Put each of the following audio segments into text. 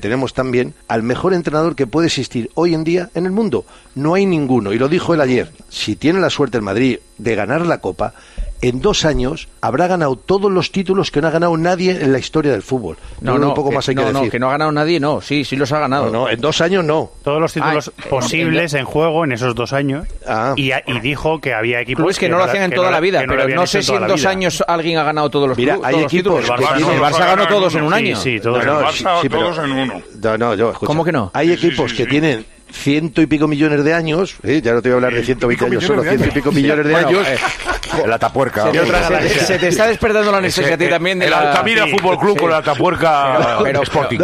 Tenemos también al mejor entrenador que puede existir hoy en día en el mundo. No hay ninguno, y lo dijo él ayer. Si tiene la suerte el Madrid de ganar la Copa, en dos años habrá ganado todos los títulos que no ha ganado nadie en la historia del fútbol. Yo creo que un poco que- más hay no, que no, decir. que no ha ganado nadie, no, sí, sí los ha ganado. No, no, en dos años no. Todos los títulos Ah, eh, posibles en juego en esos dos años. Ah. y, a- y dijo que había equipos. Clubes que, no lo hacían en que toda no- la vida, que lo pero habían no hecho sé si en toda la dos vida. años alguien ha ganado todos los, Mira, clubes hay equipos El Barça, que el no, Barça ganó todos en un año. Sí, sí, todos No, en no, un año. Barça o todos en uno. No, no, yo, escucha. ¿Cómo que no? Hay Sí, sí, equipos sí, que sí. tienen ciento y pico millones de años, ¿eh? ya no te voy a hablar de Eh, ciento veinte pico años, solo millones ciento de y pico millones de Bueno, años. eh, La tapuerca. de otra se, te, galaxia. se te está despertando la necesidad a ti también de eh, el la- Altamira Sí, Fútbol Club sí. con la Atapuerca Pero- Sporting.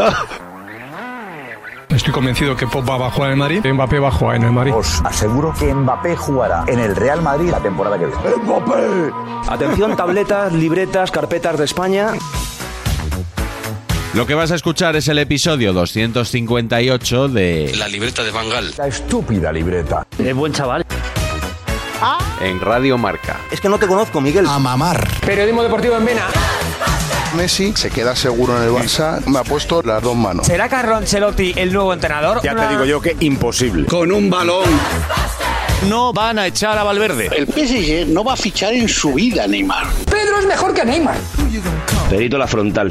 Estoy convencido que Pop va a jugar en el Madrid, que Mbappé va a jugar en el Madrid. Os aseguro que Mbappé jugará en el Real Madrid la temporada que viene. Atención, tabletas, libretas, carpetas de España. Lo que vas a escuchar es el episodio 258 de La libreta de Bangal. La estúpida libreta. Es buen chaval. En Radio Marca. Es que no te conozco, Miguel. Periodismo deportivo en Vena. Messi se queda seguro en el Barça. Me ha puesto las dos manos. ¿Será Carlo Ancelotti el nuevo entrenador? Ya te digo yo que imposible. Con un balón. No van a echar a Valverde. El PSG no va a fichar en su vida, Neymar. Pedro es mejor que Neymar. Perito la frontal.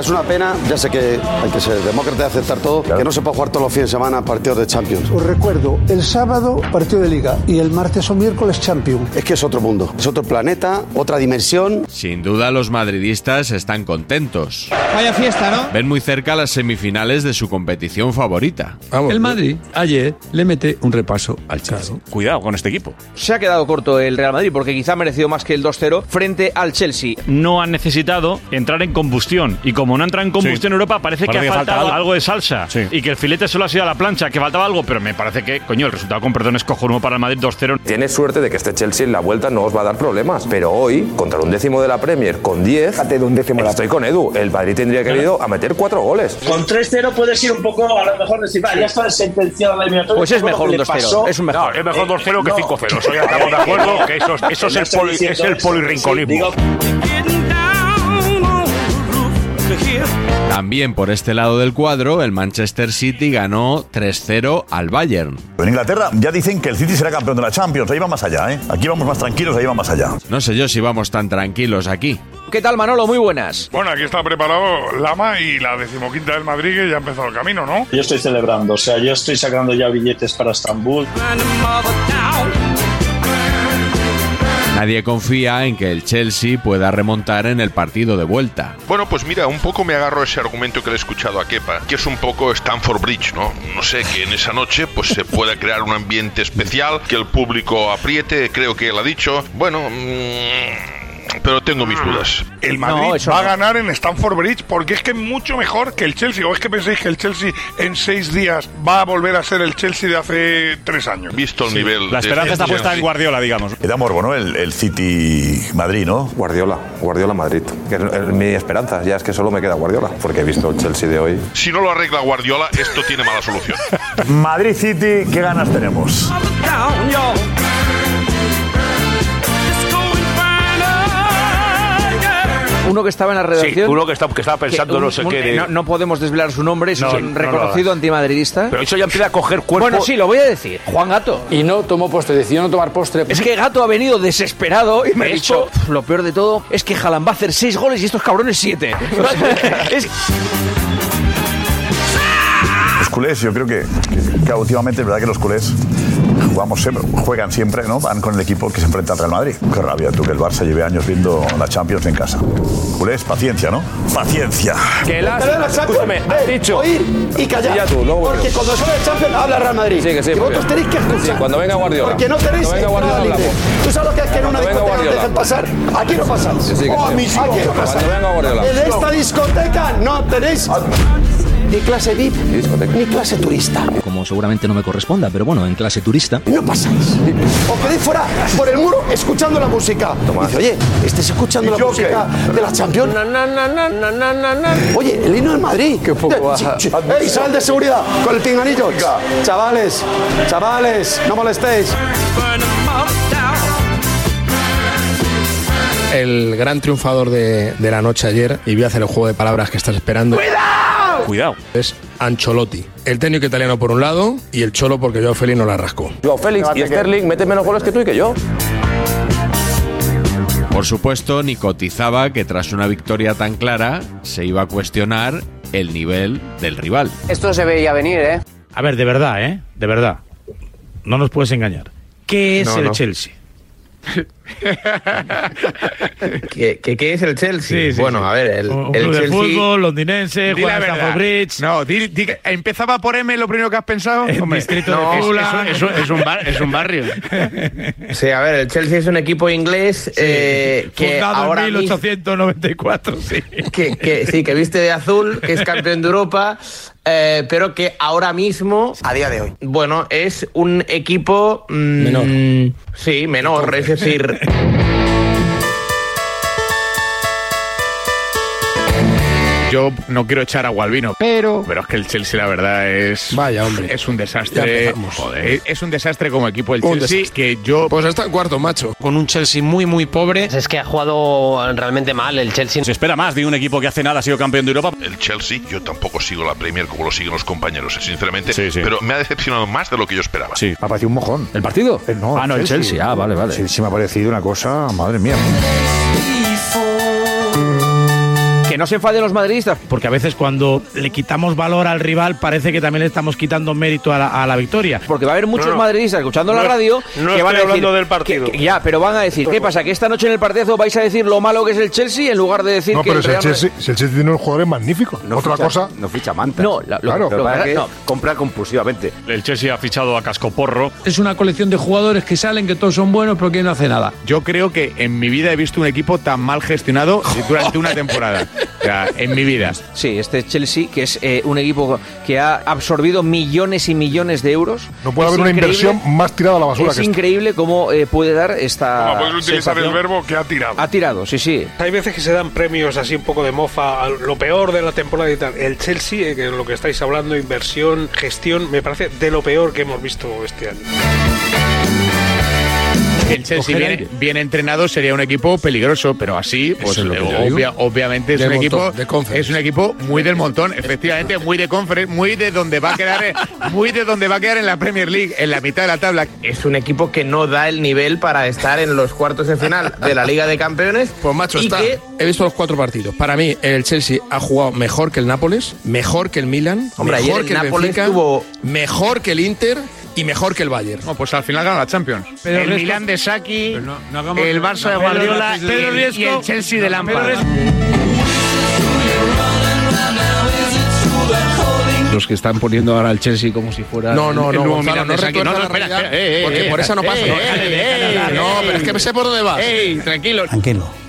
es una pena, ya sé que hay que ser demócrata y aceptar todo, que no se puede jugar todos los fines de semana partidos de Champions. Os recuerdo, el sábado partido de liga y el martes o miércoles Champions. Es que es otro mundo, es otro planeta, otra dimensión. Sin duda los madridistas están contentos. Vaya fiesta, ¿no? Ven muy cerca las semifinales de su competición favorita. El Madrid ayer le mete un repaso al Chelsea. Cuidado con este equipo. Se ha quedado corto el Real Madrid porque quizá ha merecido más que el 2-0 frente al Chelsea. no han necesitado entrar en combustión. Y como no entra en combustión Sí. Europa, parece, que Parece ha que falta faltado algo. algo. de salsa. Sí. Y que el filete solo ha sido a la plancha, que faltaba algo. Pero me parece que, coño, el resultado con perdón es cojonudo para el Madrid 2-0. Tienes suerte de que este Chelsea en la vuelta no os va a dar problemas, pero hoy, contra un décimo de la Premier, con 10, de un décimo estoy con Edu, el Madrid tendría que haber ido a meter cuatro goles. Con 3-0 puedes ir un poco a lo mejor decir, vale, ya está sentenciado la eliminatoria. Pues es mejor un 2-0. Es un No, mejor. es mejor 2-0 que Eh, no. 5-0. Eso ya estamos de acuerdo. Que eso, eso es, No el estoy poli- diciendo es el eso. polirrinconismo. Digo- También por este lado del cuadro, el Manchester City ganó 3-0 al Bayern. En Inglaterra ya dicen que el City será campeón de la Champions. Ahí va más allá, ¿eh? Aquí vamos más tranquilos, ahí va más allá. No sé yo si vamos tan tranquilos aquí. ¿Qué tal, Manolo? Muy buenas. Bueno, aquí está preparado Lama y la decimoquinta del Madrid que ya ha empezado el camino, ¿no? Yo estoy celebrando, o sea, yo estoy sacando ya billetes para Estambul. Nadie confía en que el Chelsea pueda remontar en el partido de vuelta. Bueno, pues mira, un poco me agarro ese argumento que le he escuchado a Kepa, que es un poco Stanford Bridge, ¿no? No sé, que en esa noche pues se pueda crear un ambiente especial, que el público apriete, creo que él ha dicho. Bueno, mm, pero tengo mis dudas. El Madrid No, eso va a no. ganar en Stanford Bridge porque es que es mucho mejor que el Chelsea. ¿O es que pensáis que el Chelsea en seis días va a volver a ser el Chelsea de hace tres años? Visto el nivel. La esperanza está puesta en Guardiola, digamos. Le da morbo, ¿no? El, el City Madrid, ¿no? Guardiola, Guardiola Madrid, que es, es mi esperanza, ya es que solo me queda Guardiola, porque he visto el Chelsea de hoy. Si no lo arregla Guardiola, esto tiene mala solución. Madrid City, ¿qué ganas tenemos? uno que estaba en la redacción. Sí, uno que estaba, que estaba pensando que un- no sé un- eh, qué. de- No, no podemos desvelar su nombre, es No, un no lo reconocido antimadridista. Pero eso ya empieza a coger cuerpo. Bueno, sí, lo voy a decir. Juan Gato. Y no tomó postre, decidió no tomar postre. Es que Gato ha venido desesperado y me ha De dicho, "Pf, lo peor de todo es que Haaland va a hacer seis goles y estos cabrones siete. Es- Los culés, yo creo que, que, claro, últimamente es verdad que los culés jugamos siempre, juegan siempre, ¿no? Van con el equipo que se enfrenta al Real Madrid. Qué rabia tú que el Barça lleve años viendo la Champions en casa. Culés, paciencia, ¿no? Paciencia. Que las... Escúchame, eh, has dicho... Oír y callar. Y ya tú, luego porque volvemos. cuando sale el Champions habla Real Madrid. Sí, que sí, y muy vosotros bien. tenéis que escuchar. Sí, cuando venga Guardiola. Porque no tenéis Cuando venga entrada Guardiola libre. hablamos. Tú sabes lo que es que en una Cuando venga discoteca no te Guardiola. dejan pasar. Aquí no pasas. Sí, sí, que Oh, sí. mis Cuando hijos, no pasas. venga Guardiola. Ah. En esta discoteca no tenéis... Ni clase VIP, ni clase turista. Como seguramente no me corresponda, pero bueno, en clase turista. No pasáis. Os quedéis fuera, por el muro, escuchando la música. Dice, oye, ¿estáis escuchando la música de la Champions? Oye, el himno del Madrid. Qué poco ¡Ey, sal de seguridad! Con el pinganillo. Chavales, chavales, no molestéis. El gran triunfador de, de la noche ayer, y voy a hacer el juego de palabras que estás esperando. ¡Cuidado! Cuidado. Es Ancholotti. El técnico italiano por un lado y el cholo porque yo a Félix no la rasco. Joao Félix y Sterling meten menos goles que tú y que yo. Por supuesto, ni cotizaba que tras una victoria tan clara se iba a cuestionar el nivel del rival. Esto se veía venir, ¿eh? A ver, de verdad, ¿eh? De verdad. No nos puedes engañar. ¿Qué es No, el no. Chelsea? ¿Qué, qué, qué es el Chelsea? Sí, sí, bueno, sí. a ver, el, Un el club de Chelsea. fútbol, londinense, Di juega la en Stamford verdad. Bridge. No, di- di- empezaba por M lo primero que has pensado. El Hombre, distrito no, de es- Fula. es, un- es un- es un bar- es un barrio. Sí, a ver, el Chelsea es un equipo inglés eh, que Fundado ahora en mismo- 1894, sí. que, que sí, que viste de azul, que es campeón de Europa, eh, pero que ahora mismo, a día de hoy, bueno, es un equipo menor. Sí, menor, es decir. Yo no quiero echar agua al vino, pero pero es que el Chelsea la verdad es Vaya, hombre. es un Ya desastre. empezamos. Joder, es- es un desastre como equipo el Un Chelsea desastre. que yo Pues está en cuarto, macho. Con un Chelsea muy, muy pobre. Es que ha jugado realmente mal el Chelsea. Se espera más de un equipo que hace nada ha sido campeón de Europa. El Chelsea, yo tampoco sigo la Premier como lo siguen los compañeros, eh, sinceramente, pero me ha decepcionado más de lo que yo esperaba. Sí. Me ha parecido un mojón. ¿El partido? no, Ah, no, el Chelsea. Ah, vale, vale. Sí, sí me ha parecido una cosa, madre mía. Que no se enfaden los madridistas. Porque a veces cuando le quitamos valor al rival parece que también le estamos quitando mérito a la, a la victoria. Porque va a haber muchos No, no. madridistas escuchando No la es- radio no que estoy van a hablando decir, del partido. que- que- ya, pero van a decir, ¿qué pasa? ¿Que esta noche en el partidazo vais a decir lo malo que es el Chelsea en lugar de decir No, que pero el si el, Real Madrid- Chelsea, si el Chelsea tiene unos jugadores magníficos. Otra ficha- cosa. No ficha manta. No, la- lo- claro. lo- para que no. compra compulsivamente. El Chelsea ha fichado a Cascoporro. Es una colección de jugadores que salen, que todos son buenos, pero que no hace nada. Yo creo que en mi vida he visto un equipo tan mal gestionado durante una temporada. O sea, en mi vida. Sí, este Chelsea, que es eh, un equipo que ha absorbido millones y millones de euros. No puede Es haber una increíble- inversión más tirada a la basura Es que esta. increíble cómo eh, puede dar esta. Vamos a utilizar sensación. el verbo que ha tirado. Ha tirado, sí, sí. Hay veces que se dan premios así un poco de mofa a lo peor de la temporada y tal. El Chelsea, eh, que es lo que estáis hablando, inversión, gestión, me parece de lo peor que hemos visto este año. El Chelsea Ojalá. bien, bien entrenado sería un equipo peligroso, pero así, pues, es lo que yo obvia- digo. obviamente es Del un, equipo, montón, de es un equipo muy del montón, efectivamente, muy de conference, muy de donde va a quedar, eh, muy de donde va a quedar en la Premier League, en la mitad de la tabla. Es un equipo que no da el nivel para estar en los cuartos de final de la Liga de Campeones. Pues macho, y está. que- He visto los cuatro partidos. Para mí, el Chelsea ha jugado mejor que el Nápoles, mejor que el Milan, Hombre, ayer mejor el que el Nápoles Benfica, tuvo- mejor que el Inter y mejor que el Bayern. No, pues al final gana la Champions. Pero el Riesco- Milan de Saki, no hagamos- el Barça de Pedro- Guardiola y- Pedro y, Riesco- el Chelsea de Lampard. Los que están poniendo ahora al Chelsea como si fuera. No, no, el no, nuevo Gonzalo, Milan no de Saki. retuerza la realidad, porque por esa no pasa. eh, No, eh, eh, no, eh, pero es que sé por dónde vas. Ey, tranquilo.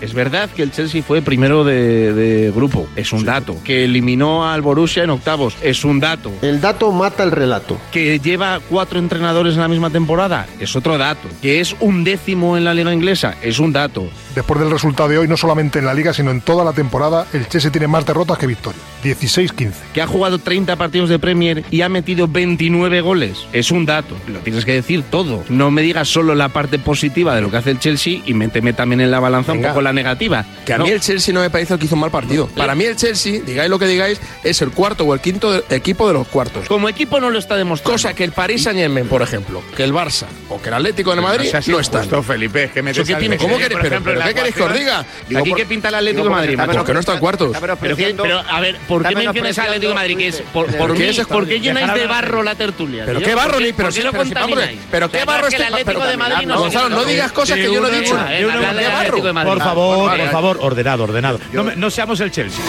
Es verdad que el Chelsea fue primero de, de grupo, es un dato. Que eliminó al Borussia en octavos, es un dato. El dato mata el relato. Que lleva cuatro entrenadores en la misma temporada, es otro dato. Que es un décimo en la liga inglesa, es un dato. Después del resultado de hoy, no solamente en la liga, sino en toda la temporada, el Chelsea tiene más derrotas que victorias. 16-15. Que ha jugado 30 partidos de Premier y ha metido 29 goles, es un dato. Lo tienes que decir todo. No me digas solo la parte positiva de lo que hace el Chelsea y méteme también en la balanza un Venga, poco la negativa. Que a mí el Chelsea no me parece el que hizo un mal partido. Para mí el Chelsea, digáis lo que digáis, es el cuarto o el quinto de- equipo de los cuartos. Como equipo no lo está demostrando. Cosa que el Paris Saint Germain, por ejemplo, que el Barça o que el Atlético de Pero Madrid no seas no están. injusto, Felipe, es que me ¿Eso qué tiene que ¿Cómo queréis, pero, pero qué queréis que os diga? Digo, ¿Aquí por- qué pinta el Atlético de digo, Madrid? Porque, porque no está en cuartos. Pero, qué- pero, a ver, ¿por qué mencionas al Atlético de Madrid? Que es por, por Porque mí, ese es ¿por qué Madrid. llenáis Dejar de hablar. barro la tertulia? Pero tío? qué barro, ¿Por ni- pero ¿Por si- qué lo pero si- vamos a ver, contamináis? pero qué O sea, barro no es este- que el Atlético pero de Madrid también, Gonzalo, no digas cosas que yo no he dicho. eh, Yo no- habla ¿qué del barro? Atlético de Madrid. Por Vale, favor, vale, por vale. favor, ordenado, ordenado. No, me- no seamos el Chelsea.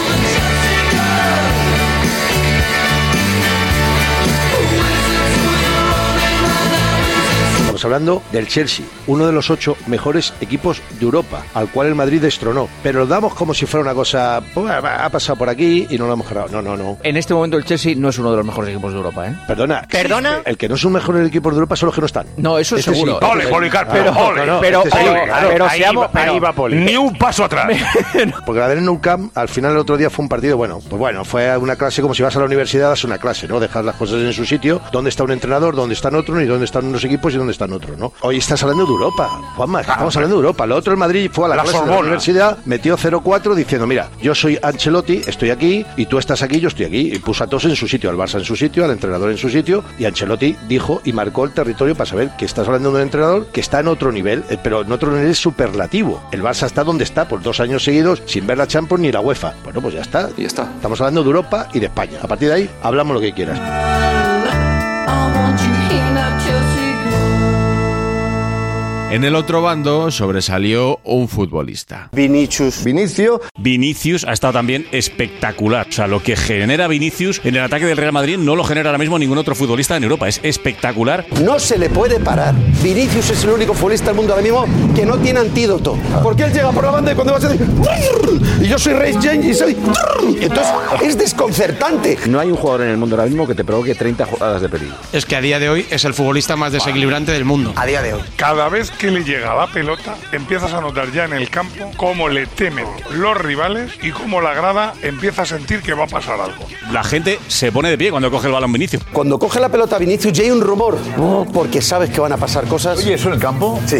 Estamos hablando del Chelsea, uno de los ocho mejores equipos de Europa, al cual el Madrid destronó. Pero lo damos como si fuera una cosa, pues, ha pasado por aquí y no lo hemos ganado. No, no, no. En este momento el Chelsea no es uno de los mejores equipos de Europa, ¿eh? Perdona. ¿Perdona? El que no son mejores equipos de Europa son los que no están. No, eso Este seguro. sí. Ole, Policarpo, ole. Pero- este sí. pero- pero Ahí seamos- va- pero- ahí va Poli. Ni un paso atrás. Porque la del Nou Camp, al final el otro día fue un partido, bueno, pues bueno, fue una clase como si vas a la universidad, es una clase, ¿no? Dejar las cosas en su sitio, dónde está un entrenador, dónde están otros, y dónde están unos equipos y dónde están otros, ¿no? Hoy estás hablando de Europa, Juanma, estamos hablando de Europa. Lo otro, el Madrid fue a la, Ah, La clase de la Sorbona. universidad, metió 0-4 diciendo, mira, yo soy Ancelotti, estoy aquí, y tú estás aquí, yo estoy aquí. Y puso a todos en su sitio, al Barça en su sitio, al entrenador en su sitio, y Ancelotti dijo y marcó el territorio para saber que estás hablando de un entrenador que está en otro nivel, eh, pero en otro nivel superlativo. El Barça está donde está, por dos años seguidos, sin ver la Champions ni la UEFA. Bueno, pues ya está. Ya está. Estamos hablando de Europa y de España. A partir de ahí, hablamos lo que quieras. En el otro bando sobresalió un futbolista. Vinicius. Vinicio. Vinicius ha estado también espectacular. O sea, lo que genera Vinicius en el ataque del Real Madrid no lo genera ahora mismo ningún otro futbolista en Europa. Es espectacular. No se le puede parar. Vinicius es el único futbolista del mundo ahora mismo que no tiene antídoto. Ah. Porque él llega por la banda y cuando va a ser... Y yo soy Rey James y soy... Entonces es desconcertante. No hay un jugador en el mundo ahora mismo que te provoque 30 jugadas de peligro. Es que a día de hoy es el futbolista más desequilibrante del mundo. A día de hoy. Cada vez que le llega la pelota, empiezas a notar ya en el campo cómo le temen los rivales y cómo la grada empieza a sentir que va a pasar algo. La gente se pone de pie cuando coge el balón Vinicius. Cuando coge la pelota Vinicius ya hay un rumor. Oh, porque sabes que van a pasar cosas. Oye, ¿eso en el campo? Sí.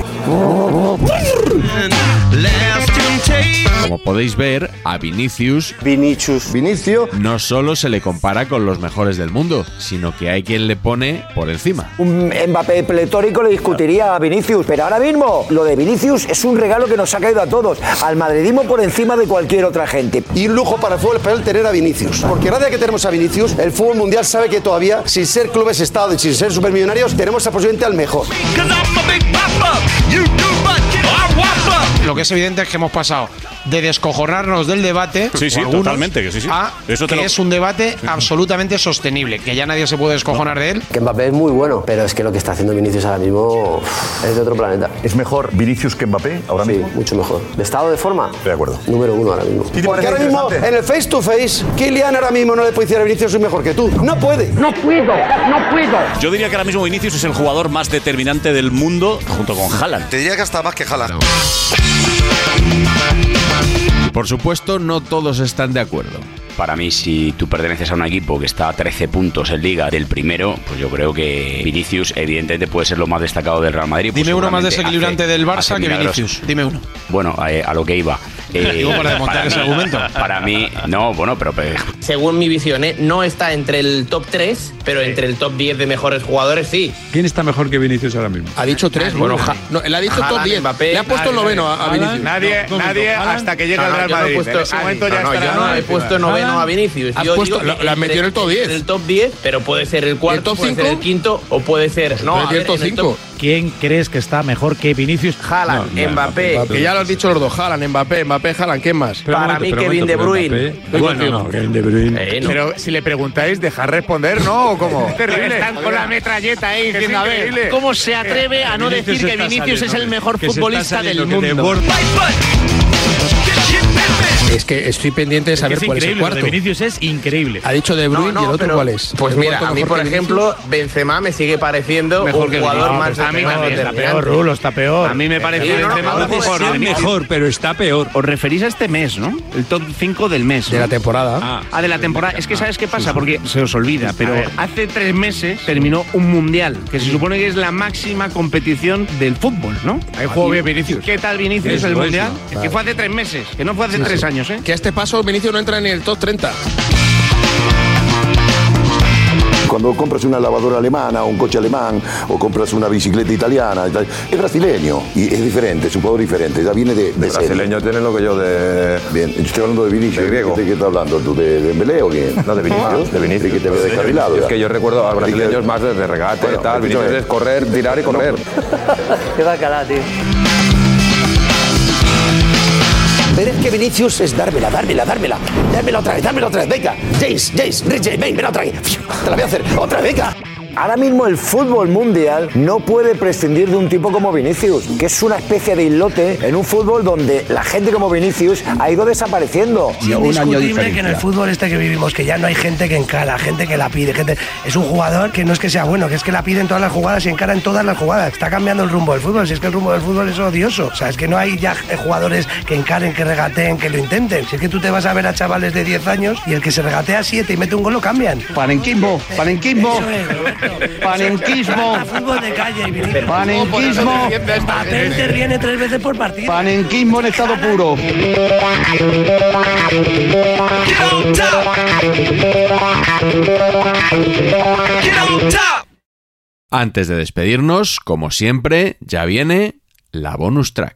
Como podéis ver, a Vinicius, Vinicius, Vinicio, no solo se le compara con los mejores del mundo, sino que hay quien le pone por encima. Un Mbappé pletórico le discutiría a Vinicius, pero ahora mismo lo de Vinicius es un regalo que nos ha caído a todos, al madridismo por encima de cualquier otra gente. Y un lujo para el fútbol español tener a Vinicius. Porque gracias a que tenemos a Vinicius, el fútbol mundial sabe que todavía, sin ser clubes estado y sin ser supermillonarios, tenemos a posiblemente al mejor. Lo que es evidente es que hemos pasado de descojonarnos del debate Sí, sí, o algunos, totalmente, que sí, sí. a Eso te que lo- es un debate absolutamente sostenible, que ya nadie se puede descojonar de él. Que Mbappé es muy bueno, pero es que lo que está haciendo Vinicius ahora mismo uf, es de otro planeta. ¿Es mejor Vinicius que Mbappé ahora mismo? mucho mejor. ¿De estado de forma? De acuerdo. Número uno ahora mismo. Porque ahora mismo, en el face to face, Kylian ahora mismo no le puede decir a Vinicius soy mejor que tú. No puede. No puedo, no puedo. Yo diría que ahora mismo Vinicius es el jugador más determinante del mundo junto con Haaland. Te diría que hasta más que Jalan. Y por supuesto, no todos están de acuerdo. Para mí, si tú perteneces a un equipo que está a 13 puntos en liga del primero, pues yo creo que Vinicius evidentemente puede ser lo más destacado del Real Madrid. Pues Dime uno más seguramente desequilibrante del hace Barça que milagros. Vinicius. Dime uno. Bueno, eh, a, lo que iba. Eh, Digo, para desmontar ese mí- argumento. Para mí, no, bueno, pero eh, pe- Según mi visión, ¿eh? no está entre el top 3, pero entre el top 10 de mejores jugadores sí. ¿Quién está mejor que Vinicius ahora mismo? Ha dicho tres, bueno, ja- no, él ha dicho top 10. Le ha puesto el noveno a, a Vinicius. Nadie, nadie hasta que llegue No, el no, Real yo no he Madrid. puesto- En ese momento ya no, no, estará- yo No, he puesto noveno a Vinicius. Has Yo digo puesto- que lo- lo has entre- metido en el top 10. entre El top 10, pero puede ser el cuarto, puede ser el quinto o puede ser. No, a ver, en el top- ¿Quién crees que está mejor que Vinicius? Haaland, Que ya lo has dicho los dos, Haaland, Mbappé, Mbappé, Haaland, ¿quién más? Pero un Para momento, mí pero un Kevin momento, De pero Bruyne. Mbappé- Bueno, no, Kevin De Bruyne. no. Pero si le preguntáis, dejar responder, ¿no? ¿O cómo? Terrible. Están con la metralleta ahí diciendo, a ver, increíble. ¿cómo se atreve a no Este Vinicius decir que está Vinicius es saliendo, el mejor que se está futbolista del saliendo, que mundo? de Borja- Es que estoy pendiente de Es que saber es cuál es el increíble, lo de cuarto. Vinicius es increíble. Ha dicho De Bruyne y el otro cuál es. pues ¿El mira, cuarto a mí, mejor por que Vinicius? ejemplo, Benzema me sigue pareciendo Mejor un que jugador Vinicius. más A mí determinante. también está peor, Rulo, está peor. A mí me parece Sí, no, no, Benzema no, mejor, no, Vinicius. mejor. pero está peor. Os referís a este mes, ¿no? El top 5 del mes. De la temporada. Ah, de la temporada. Es que ¿sabes qué pasa? Porque se os A olvida, pero ver. hace tres meses terminó un mundial, que se supone que es la máxima competición del fútbol, ¿no? Ahí jugó bien Vinicius. ¿Qué tal Vinicius Eso, el eso. mundial? Claro. Que fue hace tres meses, que no fue hace Sí, tres sí. años, ¿eh? Que a este paso Vinicius no entra ni en el top 30. Cuando compras una lavadora alemana, un coche alemán, o compras una bicicleta italiana, y tal, es brasileño y es diferente, es un jugador diferente, ya viene de, de brasileño tiene lo que yo de. Bien, yo estoy hablando de Vinicius. De griego. ¿De qué estás hablando? ¿Tú de Dembélé o quién? No, de Vinicius. De Vinicius. que te veo descarrilado. Es ya. que yo recuerdo a Y que- brasileños más de de regate, Bueno, tal. escúchame. Vinicius es correr, tirar y correr. Qué bacalá, tío. Pero es que Vinicius es dármela, dármela, dármela. Dármela otra vez, dármela otra vez. Venga, James, James, Rich James, ven, ven otra vez. Fiu, Te la voy a hacer, otra vez, venga. Ahora mismo el fútbol mundial no puede prescindir de un tipo como Vinicius, que es una especie de islote en un fútbol donde la gente como Vinicius ha ido desapareciendo. Es indiscutible que en el fútbol este que vivimos, que ya no hay gente que encala, gente que la pide, gente. Es un jugador que no es que sea bueno, que es que la pide en todas las jugadas y encara en todas las jugadas. Está cambiando el rumbo del fútbol, si es que el rumbo del fútbol es odioso. O sea, es que no hay ya eh, jugadores que encaren, que regateen, que lo intenten. Si es que tú te vas a ver a chavales de 10 años y el que se regatea 7 y mete un gol lo cambian. Eh, Panenquismo, panenquismo. Panenquismo. Fútbol de calle y Vinicius. Panenquismo. Mbappé interviene tres veces por partido. Panenquismo en estado puro. Antes de despedirnos, como siempre, ya viene la bonus track.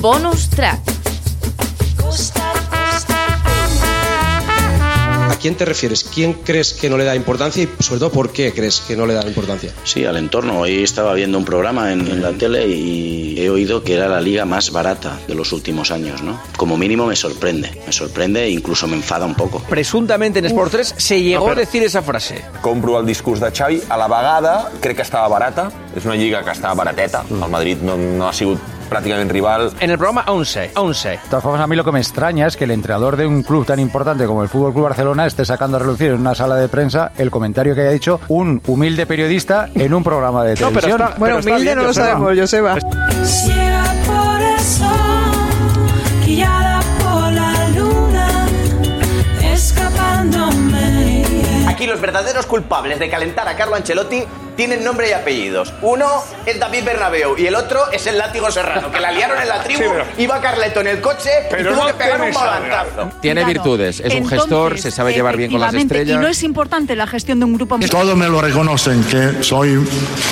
Bonus track. ¿A quién te refieres? ¿Quién crees que no le da importancia y sobre todo por qué crees que no le da importancia? Sí, al entorno. Hoy estaba viendo un programa en, en la tele y he oído que era la liga más barata de los últimos años, ¿no? Como mínimo me sorprende. Me sorprende e incluso me enfada un poco. Presuntamente en Sport 3 se llegó a decir esa frase. Compro el discurs de Xavi a la vegada, crec que estava barata. És una lliga que està barateta. Mm. El Madrid no, no ha sigut pràcticament rival. En el programa 11, 11. De todas formas, a mí lo que me extraña es que el entrenador de un club tan importante como el Fútbol Club Barcelona esté sacando a relucir en una sala de prensa el comentario que haya dicho un humilde periodista en un programa de No, pero televisión. está- bueno, humilde no lo sabemos, Joseba. Ciega por el sol, guiada por la luna, escapándome. Aquí los verdaderos culpables de calentar a Carlo Ancelotti tienen nombre y apellidos. Uno es David Bernabeu y el otro es el látigo serrano, que la liaron en la tribu, Sí, pero- iba Carleto en el coche Pero y tuvo no que pegar un tienes balantazo. Tiene virtudes, es un gestor, se sabe llevar bien con las Efectivamente, estrellas. Y no es importante la gestión de un grupo. Todos me lo reconocen que soy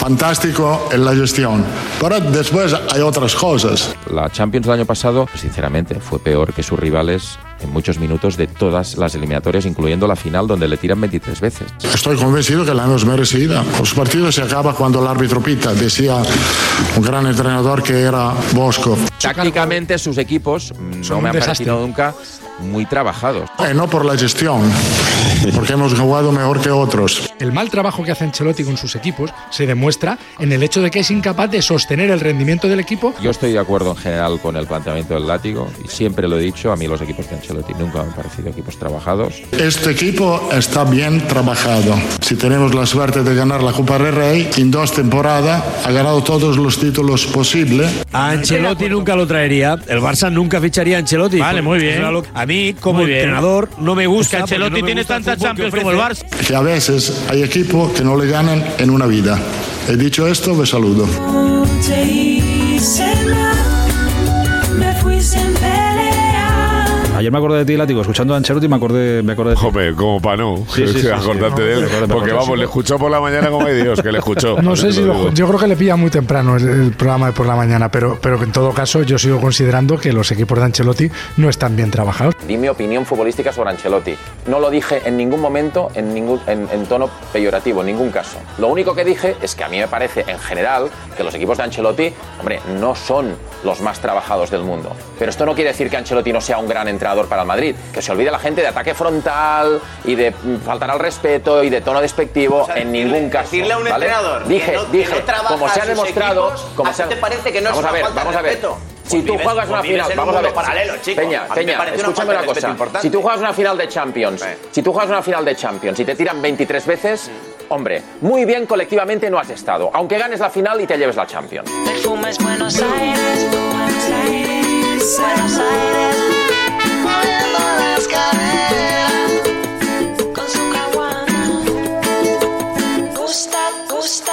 fantástico en la gestión, pero después hay otras cosas. La Champions del año pasado, sinceramente, fue peor que sus rivales en muchos minutos de todas las eliminatorias, incluyendo la final donde le tiran 23 veces. Estoy convencido que la hemos merecido. Los partidos se acaban cuando el árbitro pita, decía un gran entrenador que era Bosco. Tácticamente sus equipos mm, Son no un me han desastre. parecido nunca muy trabajados. Eh, no por la gestión, porque hemos jugado mejor que otros. El mal trabajo que hace Ancelotti con sus equipos se demuestra en el hecho de que es incapaz de sostener el rendimiento del equipo. Yo estoy de acuerdo en general con el planteamiento del látigo y siempre lo he dicho, a mí los equipos de Ancelotti nunca me han parecido equipos trabajados. Este equipo está bien trabajado. Si tenemos la suerte de ganar la Copa del Rey, en dos temporadas ha ganado todos los títulos posibles. A Ancelotti nunca lo traería. El Barça nunca ficharía a Ancelotti. Vale, muy bien. Eso era lo que- A mí, como Muy bien. entrenador, no me gusta. Es que Ancelotti porque no me tiene gusta el tantas fútbol que Champions como ofrece. Que a veces hay equipos que no le ganan en una vida. He dicho esto, me saludo. Te hice mal, me fui sin pelear. Ayer me acordé de ti, Látigo, escuchando a Ancelotti me acordé, me acordé de ti. Joder, como para no. acordarte de él. porque vamos, le escuchó por la mañana como hay Dios que le escuchó. No sé Te si lo lo- digo. yo creo que le pilla muy temprano el, el programa de por la mañana, pero, pero que en todo caso yo sigo considerando que los equipos de Ancelotti no están bien trabajados. Di mi opinión futbolística sobre Ancelotti. No lo dije en ningún momento en, ningún, en, en tono peyorativo, en ningún caso. Lo único que dije es que a mí me parece, en general, que los equipos de Ancelotti, hombre, no son los más trabajados del mundo. Pero esto no quiere decir que Ancelotti no sea un gran entrenador para el Madrid. Que se olvide la gente de ataque frontal y de mm, faltar al respeto y de tono despectivo en ningún caso. Decirle a un ¿vale? entrenador que Dije, no- que dije, no trabaja como se ha a sus demostrado, equipos, ¿a como se ti ha- te parece que no es vamos una a ver, falta de vamos a ver. respeto? Si Pues tú vives- juegas pues una vives final, en vamos un a ver. mundo paralelo, chico. Peña, A mí me Peña, parece una escúchame falta una de respeto cosa. importante. Si tú juegas una final de Champions, si tú juegas una final de Champions y te tiran 23 veces, hombre, muy bien colectivamente no has estado, aunque ganes la final y te lleves la Champions. Perfumes Buenos Aires, Buenos Aires, Buenos Aires, moviendo las caderas con su caguana. Gusta, gusta.